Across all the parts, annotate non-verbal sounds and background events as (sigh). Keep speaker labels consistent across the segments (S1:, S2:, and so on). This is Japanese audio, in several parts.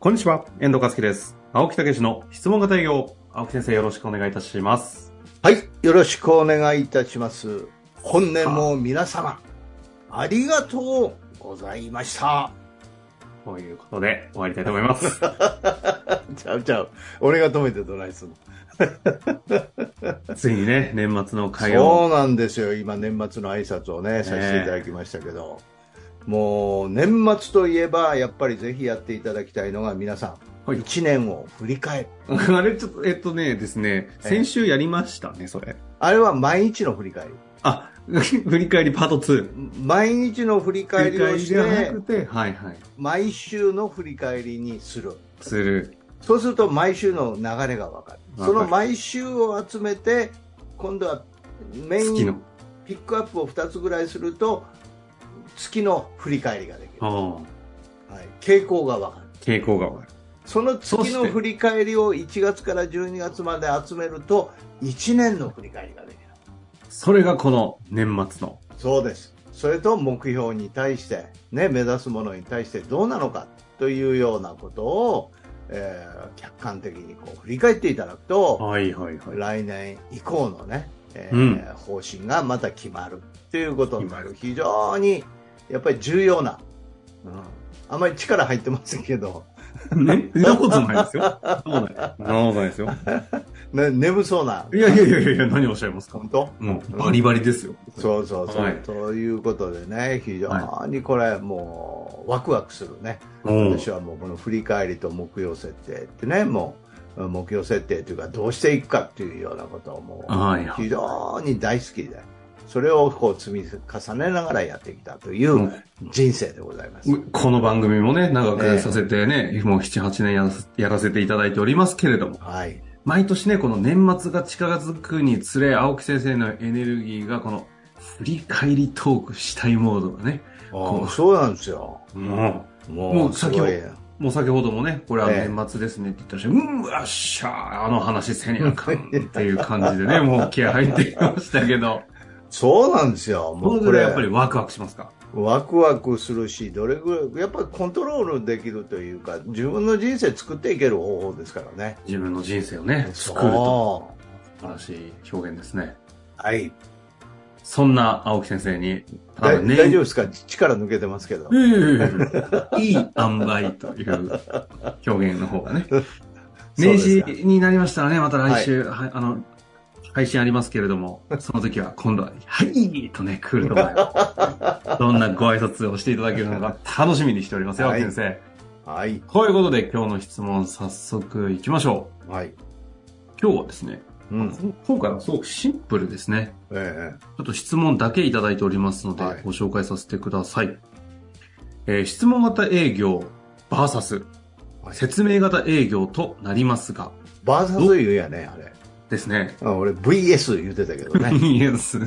S1: こんにちは、遠藤和樹です。青木武の質問型営業。青木先生、よろしくお願いいたします。
S2: はい、よろしくお願いいたします。本年も皆様、ありがとうございました。
S1: ということで、終わりたいと思います。
S2: ちゃうちゃう。俺が止めてどないすんの
S1: ついにね、年末の会
S2: そ
S1: を。
S2: うなんですよ。今、年末の挨拶をね、させていただきましたけど、もう、年末といえば、やっぱりぜひやっていただきたいのが、皆さん、
S1: はい
S2: 1年を振り返る。
S1: あれ、ちょっと、えっとね、ですね、
S2: ええ
S1: 先週やりましたね、それ。
S2: あれは毎日の振り返り。
S1: あ、 (laughs) 振り返りパート2。
S2: 毎日の振り返りをし
S1: 振り返りでは
S2: て
S1: なく、て、はいはい。
S2: 毎週の振り返りにする。
S1: する。
S2: そうすると毎週の流れが
S1: わ
S2: 分かる。
S1: かる
S2: その毎週を集めて、今度はメイ
S1: 月
S2: ン
S1: の。
S2: ピックアップを2つぐらいすると、月の振り返りができる。は
S1: ああ、
S2: い、傾向が分かる。
S1: 傾向がわかる。
S2: その
S1: そ
S2: 月
S1: し
S2: の
S1: て
S2: 振り返りを1月から12月まで集めると、1年の振り返りができる。
S1: それがこの年末の。
S2: そうです。それと目標に対して、ね、目指すものに対してどうなのかというようなことを、えー客観的にこう振り返っていただくと、
S1: はいはいはい。
S2: 来年以降のね、えー
S1: うん
S2: 方針がまた決まるということにな
S1: 決まる
S2: る非常にやっぱり重要な、うん、あまり力入ってませんけど、
S1: (laughs) ね、そんなことないですよ。そんなことないそんなことないですよ。
S2: ね、眠そうない
S1: やいやいやいや、何をおっしゃいますか
S2: 本当
S1: もう、バリバリですよ。
S2: そうそうそう、
S1: はい
S2: ということでね非常にこれもうワクワクするね、
S1: うん
S2: 私はもうこの振り返りと目標設定ってねもう目標設定というかどうしていくかっていうようなことをもう
S1: はいはい
S2: 非常に大好きでそれをこう積み重ねながらやってきたという人生でございます、
S1: この番組もね、長
S2: え
S1: く
S2: え
S1: させてね、もう7、8年やらせやらせていただいておりますけれども、
S2: はい
S1: 毎年ね、この年末が近づくにつれ、青木先生のエネルギーが、この、振り返りトークしたいモードがね、こ
S2: あ
S1: う
S2: そうなんですよ
S1: も
S2: もう
S1: もう先ほど
S2: すごい
S1: うん、もう先ほどもね、これは
S2: ええ
S1: 年末ですねって言った瞬間、うん、わっしゃー、あの話せにあかんっていう感じで
S2: (laughs)
S1: ね、もう気合入ってきましたけど、
S2: そうなんですよ
S1: こ
S2: も
S1: の
S2: う
S1: ぐ
S2: こ
S1: ら
S2: れ
S1: いやっぱりワクワクしますか
S2: ワクワクするしどれぐらいやっぱりコントロールできるというか自分の人生作っていける方法ですからね
S1: 自分の人生をね、作ると、
S2: そ
S1: 素晴らしい表現ですね。
S2: うはい
S1: そんな青木先生に、ただ
S2: 大
S1: ね
S2: 大丈夫ですか力抜けてますけど
S1: い。やいやいやいやいい塩梅という表現の方がね。
S2: そう
S1: 明
S2: です
S1: 治
S2: か
S1: になりましたらね、また来週、はいあの、配信ありますけれども、その時は今度は、はいとね、来ると思います。
S2: (laughs)
S1: どんなご挨拶をしていただけるのか楽しみにしておりますよ、
S2: はい
S1: 青木先
S2: はい。
S1: 生。ということで、今日の質問早速いきましょう。
S2: はい。
S1: 今日はですね、
S2: うん。
S1: 今回はすごくシンプルですね。
S2: ええ
S1: ちょっと質問だけいただいておりますので、
S2: はい
S1: ご紹介させてください。えー質問型営業 VS
S2: はい
S1: 説明型営業となりますが、
S2: バーサス言うやね、あれ。
S1: ですね。
S2: あ俺 VS 言ってたけど
S1: (laughs)
S2: ね。
S1: イエス。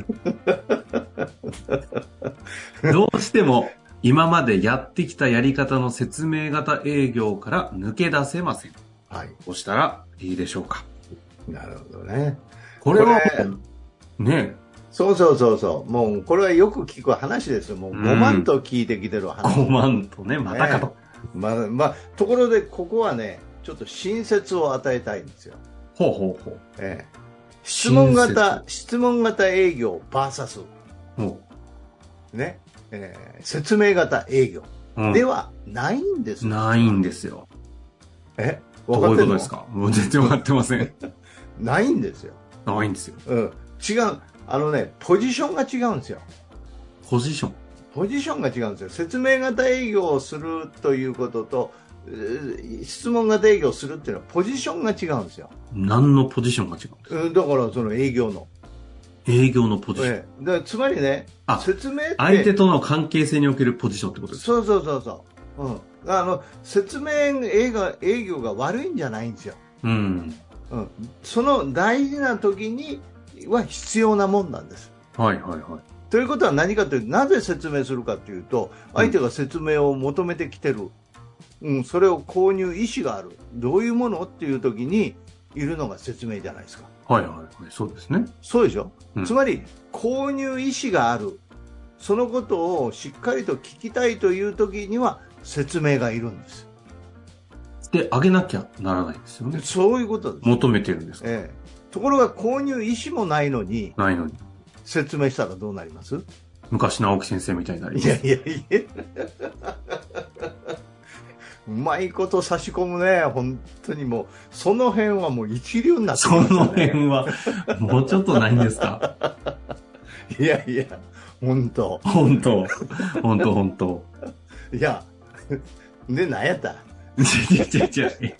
S1: どうしても今までやってきたやり方の説明型営業から抜け出せません。
S2: はい。
S1: どうしたらいいでしょうか
S2: なるほどね。
S1: これは
S2: こ、
S1: ね、
S2: そうそうそうそう。もう、これはよく聞く話ですよ。もう
S1: うん
S2: 5万と聞いてきてる話。
S1: 5万とね、またかと。
S2: まあ、まあ、ところで、ここはね、ちょっと新説を与えたいんですよ。
S1: ほうほうほう。
S2: ええ。質問型
S1: 親、
S2: 質問型営業 VS
S1: 切。も
S2: ね。ええ説明型営業
S1: ううん
S2: ではないんですよ。
S1: ないんですよ。
S2: え
S1: ど
S2: 分
S1: うい
S2: かっ
S1: うこ
S2: てん
S1: と
S2: の
S1: ですかもう全然わかってません。
S2: ないんですよ。
S1: ないんですよ。
S2: うん、違う、あのね、ポジションが違うんですよ。
S1: ポジション。
S2: ポジションが違うんですよ。説明型営業をするということと、えー質問型営業をするっていうのはポジションが違うんですよ。
S1: 何のポジションが違うんですか
S2: うん、だからその営業の。
S1: 営業のポジション。
S2: ええだからつまりね
S1: あ、
S2: 説明って。
S1: 相手との関係性におけるポジションってことです。
S2: そうそうそうそう。うん。あの、説明営業営業が悪いんじゃないんですよ。
S1: うん。
S2: うん。その大事な時には必要なもんなんです。
S1: はいはいは
S2: ということは何かというとなぜ説明するかというと相手が説明を求めてきてる、うんそれを購入意思があるどういうものっていう時にいるのが説明じゃないですか
S1: い。はいはいはい。そうですね。
S2: そうでしょ、
S1: うん
S2: つまり購入意思があるそのことをしっかりと聞きたいという時には説明がいるんです
S1: ってあげなきゃならないんですよね。
S2: そういうことです。
S1: 求めてるんですか
S2: ええ、ところが購入意思もないのに
S1: ないのに。
S2: 説明したらどうなります
S1: 昔の青木先生みたいになり
S2: いやいやいやうまいこと差し込むね本当にもうその辺はもう一流になってき
S1: そ
S2: ましたね
S1: の辺は、もうちょっとないんですか
S2: いやいや本当
S1: 本当本当本当
S2: いやで何やった
S1: 違う違う違う違う。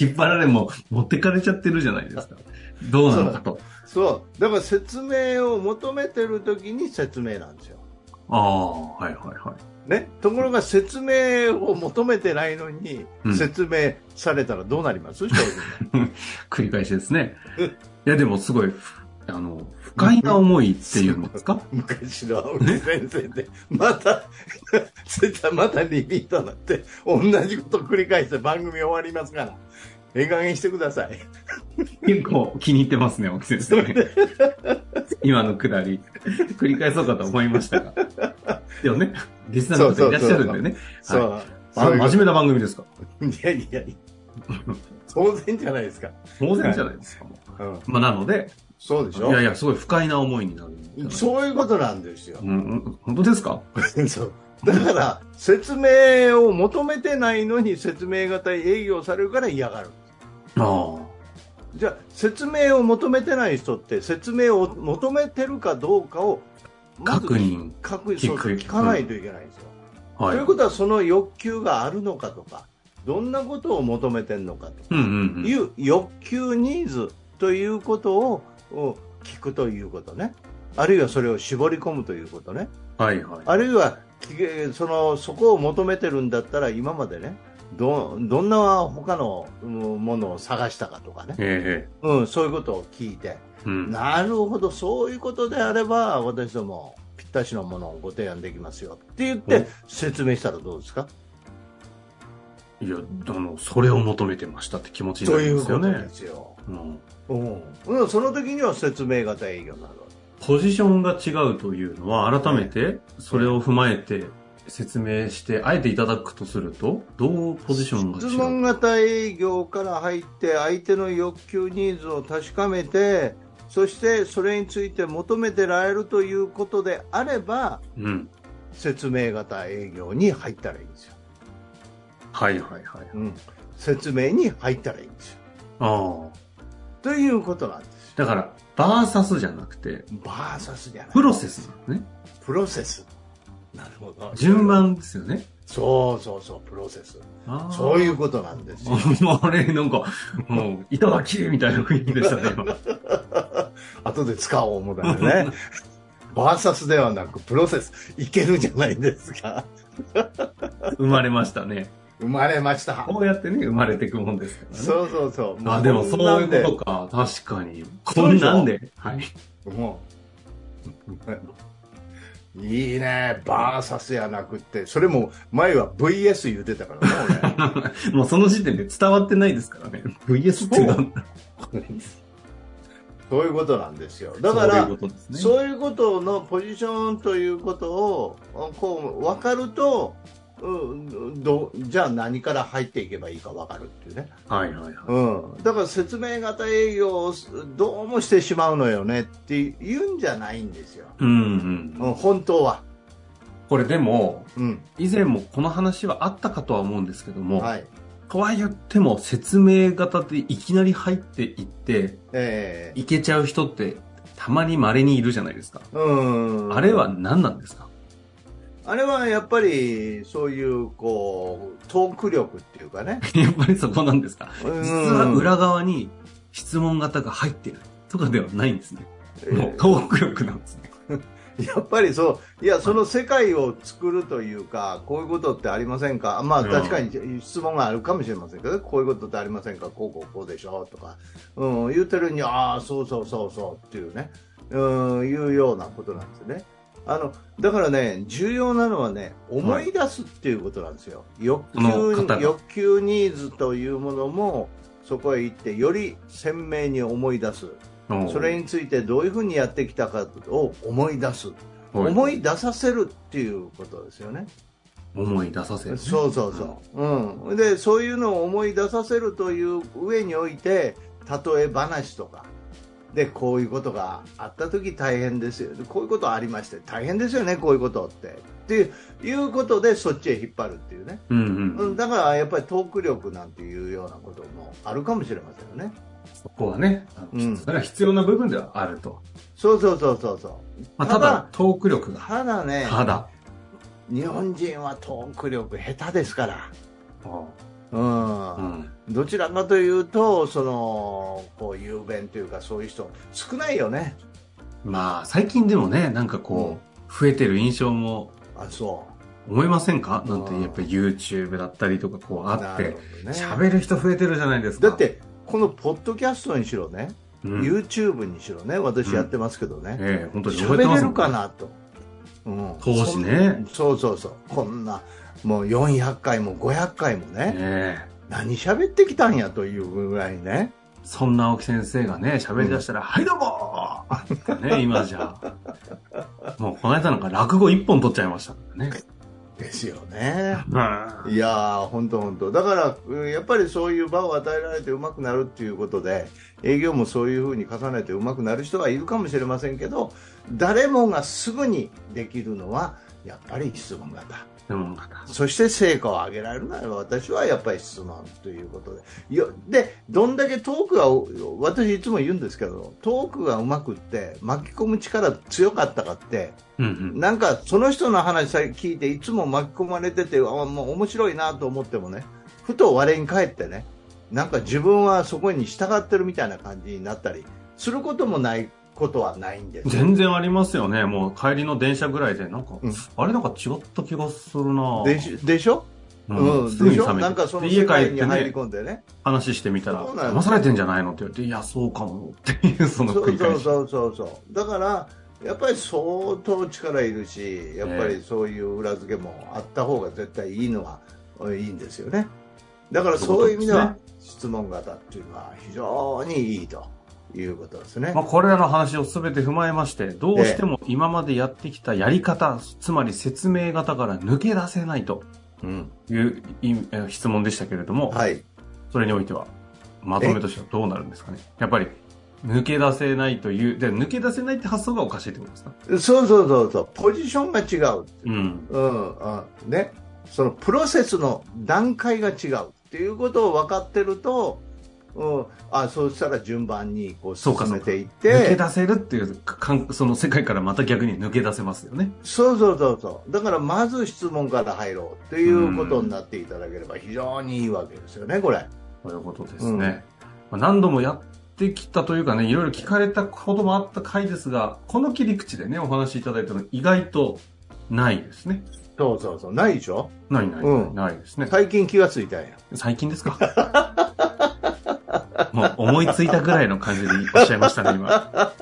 S1: 引っ張られも持ってかれちゃってるじゃないですか。どうなのかと。
S2: そうだから説明を求めてる時に説明なんですよ
S1: ああ、はいはいはい。
S2: ね、ところが説明を求めてないのに、
S1: うん
S2: 説明されたらどうなります正直
S1: 繰り返しですね
S2: うん。
S1: いやでもすごい、あの、不快な思いっていうんですか
S2: 昔の青木先生で、また、 (laughs) 絶対またリピートになって、同じこと繰り返して番組終わりますから、ええ加減してください。
S1: 結構気に入ってますね、青木先生ね。今のくだり。繰り返そうかと思いましたが。でもね、リスナーの方いらっしゃるんでね。
S2: そう。
S1: あ
S2: そういう
S1: 真面目な番組ですか
S2: いやいやいや、当然じゃないですか。
S1: 当然じゃないですか。も
S2: うん、
S1: うまあなので、
S2: そうでし
S1: い
S2: ょ
S1: やいや、すごい不快な思いになるんじゃないですか。
S2: そういうことなんですよ (laughs)
S1: う。んうん、本当ですか
S2: そうだから、説明を求めてないのに説明型営業されるから嫌がる。
S1: ああ。
S2: じゃあ説明を求めてない人って説明を求めてるかどうかをまず
S1: 確認
S2: 確認
S1: 聞
S2: そう
S1: く
S2: 聞かないといけないんですよ。
S1: はい。
S2: ということはその欲求があるのかとかどんなことを求めてるのか
S1: うんうん
S2: と
S1: うん。
S2: いう欲求ニーズということをを聞くということねあるいはそれを絞り込むということね
S1: はいはい。
S2: あるいはきそのそこを求めてるんだったら今までねどどんな他のうんものを探したかとかね、
S1: え
S2: うん、そういうことを聞いて。
S1: えうん。
S2: なるほど、そういうことであれば、私どもぴったしのものをご提案できますよって言っ
S1: う
S2: て
S1: ん、
S2: 説明したらどうですか
S1: いや、あの、それを求めてましたって気持ちにな
S2: とい
S1: りま
S2: う
S1: す
S2: こ
S1: よ
S2: とで
S1: ね。
S2: すよ。
S1: うん
S2: うん、うんその時には説明型営業になるわ
S1: ポジションが違うというのは、改めて、それを踏まえて説明して、あえていただくとすると、どうポジション
S2: け
S1: が
S2: 質
S1: 違
S2: 問
S1: う
S2: 型営業から入って、相手の欲求、ニーズを確かめて、そしてそれについて求めてられるということであれば、
S1: うん。
S2: 説明型営業に入ったらいいんですよ。
S1: はいはいはい。
S2: うん、説明に入ったらいいんですよ。
S1: ああ。
S2: ということなんですよ。
S1: だから、バーサスじゃなくて、
S2: バーサスじゃない。
S1: プロセスなんですね。
S2: プロセス。なるほど。
S1: 順。番ですよね。
S2: そうそうそう、プロセス。
S1: ああ。
S2: そういうことなんですよ。
S1: あれ、なんか、もう、いただきみたいな雰囲気でしたね、今。
S2: 後で使おう思うた (laughs) らね。バーサスではなく、プロセス。いけるじゃないですか。
S1: 生まれましたね。
S2: 生まれました。
S1: こうやってね、生まれていくもんですからね。
S2: そうそうそう。
S1: あ、でも
S2: こ
S1: そ
S2: んな
S1: うんいうことか。確かに。こんなんで。はい。
S2: でもう。いいね。バーサスやなくって。それも、前は VS 言うてたからね、俺。
S1: もうその時点で伝わってないですからね。VS ってなんだ
S2: (laughs) そういうことなんですよ。だから、
S1: そういうことですね。
S2: そういうことのポジションということをこう分かると、うん、どじゃあ何から入っていけばいいか分かるっていうね、
S1: はいはいはい。
S2: うん、だから説明型営業をすどうもしてしまうのよねって言うんじゃないんですよ、
S1: うんう。
S2: うんん、本当は、
S1: これでも、
S2: うん
S1: 以前もこの話はあったかとは思うんですけども、
S2: はい
S1: とは言っても説明型でいきなり入っていって、
S2: え
S1: いけちゃう人ってたまに稀にいるじゃないですか。
S2: ーうん、
S1: あれは何なんですか (laughs)
S2: あれはやっぱりそういうこうトーク力っていうかね
S1: やっぱりそこなんですか
S2: 実
S1: (laughs) 実は裏側に質問型が入ってるとかではないんですね。もうトーク力なんですね。
S2: (laughs) やっぱりそう、いや、その世界を作るというか、こういうことってありませんか、まあ、
S1: うん
S2: 確かに質問があるかもしれませんけど、こういうことってありませんか、こうこうこうでしょとか、うん、言ってるに、ああ、そうそうそうそうっていうね、うん、いうようなことなんですね。あのだからね、重要なのはね、思い出すっていうことなんですよ、欲
S1: その
S2: 求
S1: 方が
S2: 欲求ニーズというものも、そこへ行って、より鮮明に思い出す、それについてどういうふうにやってきたかを思い出す。
S1: はい
S2: 思い出させるっていうことですよね。
S1: う思い出させる、
S2: そうそうそう、うん、でそういうのを思い出させるという上において例え話とかでこういうことがあった時大変ですよこういうことありまして大変ですよねこういうことってっていういうことでそっちへ引っ張るっていうね、
S1: うんうん
S2: うん、だからやっぱりトーク力なんていうようなこともあるかもしれませんよね
S1: そこはね、あの
S2: うん
S1: それは必要な部分ではあると。
S2: そうそうそうそうそう
S1: まあ、た
S2: た
S1: だ
S2: だ、
S1: トーク力が。
S2: ただね
S1: ただ。
S2: 日本人はトーク力下手ですから
S1: う
S2: うん
S1: ん。
S2: どちらかというと、その、こう、雄弁というか、そういう人、少ないよね。
S1: まあ、最近でもね、なんかこう、増えてる印象も
S2: あ、そ
S1: 思いませんかなんて、
S2: うん
S1: やっぱ YouTube だったりとかこう
S2: う。
S1: あっ
S2: なる
S1: て、
S2: ほどね
S1: 喋る人増えてるじゃないですか。
S2: だっ、て、このポッドキャストにしろね、
S1: うん、
S2: YouTube にしろね、私やってますけどね、
S1: ええ、本当に
S2: 喋、
S1: 覚えてま
S2: れ
S1: すも
S2: る
S1: ん
S2: かなと。うん
S1: 当時ね。
S2: そんそうそうそう。こんな、もう400回も500回もね、
S1: ええ。
S2: 何喋ってきたんやというぐらいね。
S1: そんな青木先生がね、喋り出したら、はいどうもーってね、今じゃ。もうこの間なんか落語一本取っちゃいましたからね。
S2: ですよね。
S1: うん
S2: いやー、本当本当。だからうん、やっぱりそういう場を与えられてうまくなるっていうことで、営業もそういうふうに重ねてうまくなる人はいるかもしれませんけど、誰もがすぐにできるのは、やっぱり質問型。
S1: でもまた
S2: そして成果を上げられるなら私はやっぱり質問ということで。よで、どんだけトークが、お私いつも言うんですけど、トークがうまくって巻き込む力強かったかって、
S1: うんうん。
S2: なんかその人の話さえ聞いていつも巻き込まれててあもう面白いなと思ってもねふと我に返ってねなんか自分はそこに従ってるみたいな感じになったりすることもないことはないんですよ
S1: 全然ありますよね。もう帰りの電車ぐらいで、なんか、
S2: うん
S1: あれなんか違った気がするなぁ
S2: でしでしょ、
S1: うん
S2: うん
S1: すぐに
S2: で
S1: 冷
S2: しょ
S1: め
S2: なん
S1: て
S2: かそ。
S1: で
S2: の
S1: 家
S2: 世
S1: 帰
S2: 界
S1: っ
S2: に
S1: て
S2: 入り
S1: ね、
S2: 込んでね
S1: 話してみたら、
S2: そうなん
S1: 騙されてんじゃないのって言って、いや、そうかも。っていう、その
S2: そ
S1: 繰
S2: う
S1: り
S2: そ
S1: 返
S2: う
S1: し。
S2: そうそうそうだからやっぱり相当力いるしやっぱりそういう裏付けもあった方が絶対いいのはいいんですよねだからそういう意味では質問型っていうのは非常にいいということですね
S1: まあ、これらの話を全て踏まえまして、どうしても今までやってきたやり方、つまり説明型から抜け出せないと
S2: うん
S1: いういえ質問でしたけれども、
S2: はい
S1: それにおいては、まとめとしてはどうなるんですかね。やっぱり、抜け出せないという、で、抜け出せないって発想がおかしいってことですか
S2: そうそうそうそうポジションが違う
S1: うん。
S2: うんうんね、そのプロセスの段階が違うっていうことを分かってると、うん、あそうしたら順番にこう
S1: そ
S2: 進
S1: うか
S2: めていっ
S1: 抜け
S2: て
S1: 出せるっていうかかんその世界からまた逆に抜け出せますよね。
S2: そうそうそうそうだからまず質問から入ろうっていうことになっていただければ非常にいいわけですよね、これ。
S1: ということですね。まあ、何度もやってきたというかね、いろいろ聞かれたこともあった回ですが、この切り口でね、お話しいただいたの意外とないですね。
S2: そうそうそうないでしょ
S1: ないない、
S2: うん
S1: ないですね。
S2: 最近気がついたんや
S1: 最近ですか (laughs) もう思いついたぐらいの感じでおっしゃいましたね、今。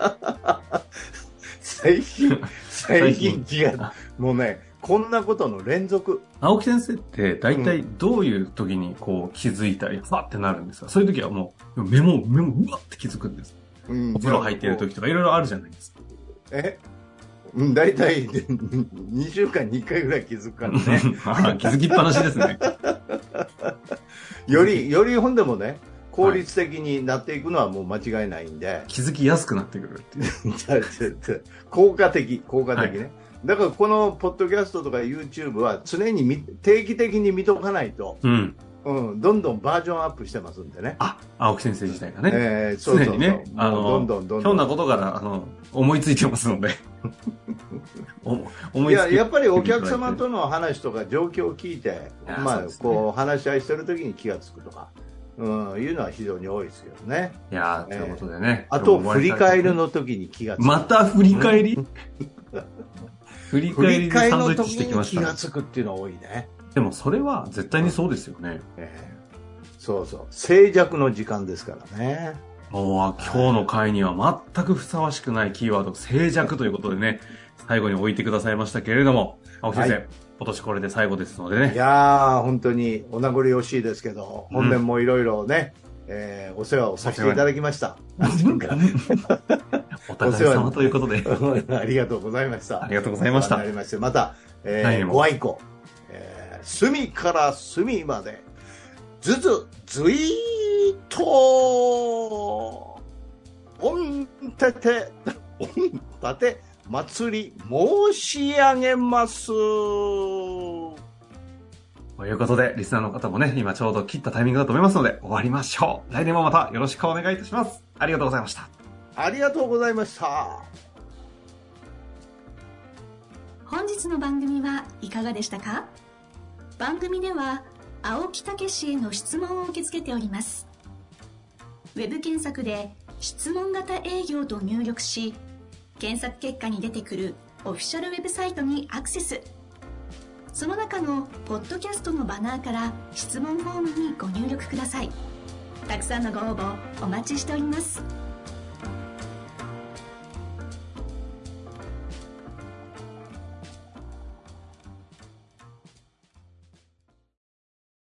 S2: 最近最近
S1: 近
S2: 気がもうねこんなことの連続
S1: 青木先生って大体どういう時にこう気づいたり、ファってなるんですかそういう時はもうメモ、メモ、うわって気づくんです。
S2: うん
S1: お風呂入ってる時とかいろいろあるじゃないですか。
S2: えうん大体で2週間に1回ぐらい気づくからね
S1: (laughs) あ気づきっぱなしです (laughs) ね。
S2: よりよりほんでもね効率的になっていくのはもう間違いないんで、
S1: 気づきやすくなってくるっていう。
S2: じゃあちょっと (laughs) 効果的効果的ね、だからこのポッドキャストとか YouTube は常に見定期的に見とかないと、
S1: うん。
S2: うん、どんどんバージョンアップしてますんでね
S1: あ、青木先生自体がね。
S2: えー
S1: 常にねあの
S2: もうどん
S1: ひょ
S2: どんど
S1: ん
S2: んど
S1: なんことから、あの、思いついてますの
S2: (laughs)
S1: で。お思
S2: い
S1: いつ
S2: や
S1: き
S2: やっぱりお客様との話とか状況を聞いて
S1: いや
S2: ま
S1: そ
S2: あ
S1: うですね
S2: こう話し合いしてる時に気がつくとか、うん、いうのは非常に多いですけどね
S1: いやーということでね。
S2: あと振り返り。の時に気がつく
S1: また振り返り振り
S2: 振
S1: 返
S2: り
S1: りで
S2: 返り
S1: サンド
S2: の
S1: イッチし
S2: 時
S1: てきま
S2: に
S1: し
S2: 気が
S1: た。
S2: つくっていうのは多いね、
S1: でもそれは絶対にそうですよね。
S2: ええそうそう静寂の時間ですからね
S1: もう今日の回には全くふさわしくないキーワード、静寂ということでね、最後に置いてくださいましたけれども、青木先生、
S2: は
S1: 今年これで最後ですので
S2: い
S1: ね、
S2: やー本当にお名残惜しいですけど
S1: うん
S2: 本年もいろいろね、えーお世話をさせていただきました。
S1: お互い様ということで、
S2: (laughs) ありがとうございました。
S1: ありがとうございました
S2: お世話になりましてまた、えー
S1: 来年も
S2: ご愛顧、え隅から隅まで、ずず、ずいーっと、おんてて、 (laughs) おんたて、祭り申し上げます。
S1: ということで、リスナーの方もね、今ちょうど切ったタイミングだと思いますので、終わりましょう。来年もまたよろしくお願いいたします。ありがとうございました。
S2: ありがとうございました。
S3: 本日の番組はいかがでしたか番組では青木武氏への質問を受け付けておりますウェブ検索で「質問型営業」と入力し検索結果に出てくるオフィシャルウェブサイトにアクセスその中のポッドキャストのバナーから質問フォームにご入力くださいたくさんのご応募お待ちしております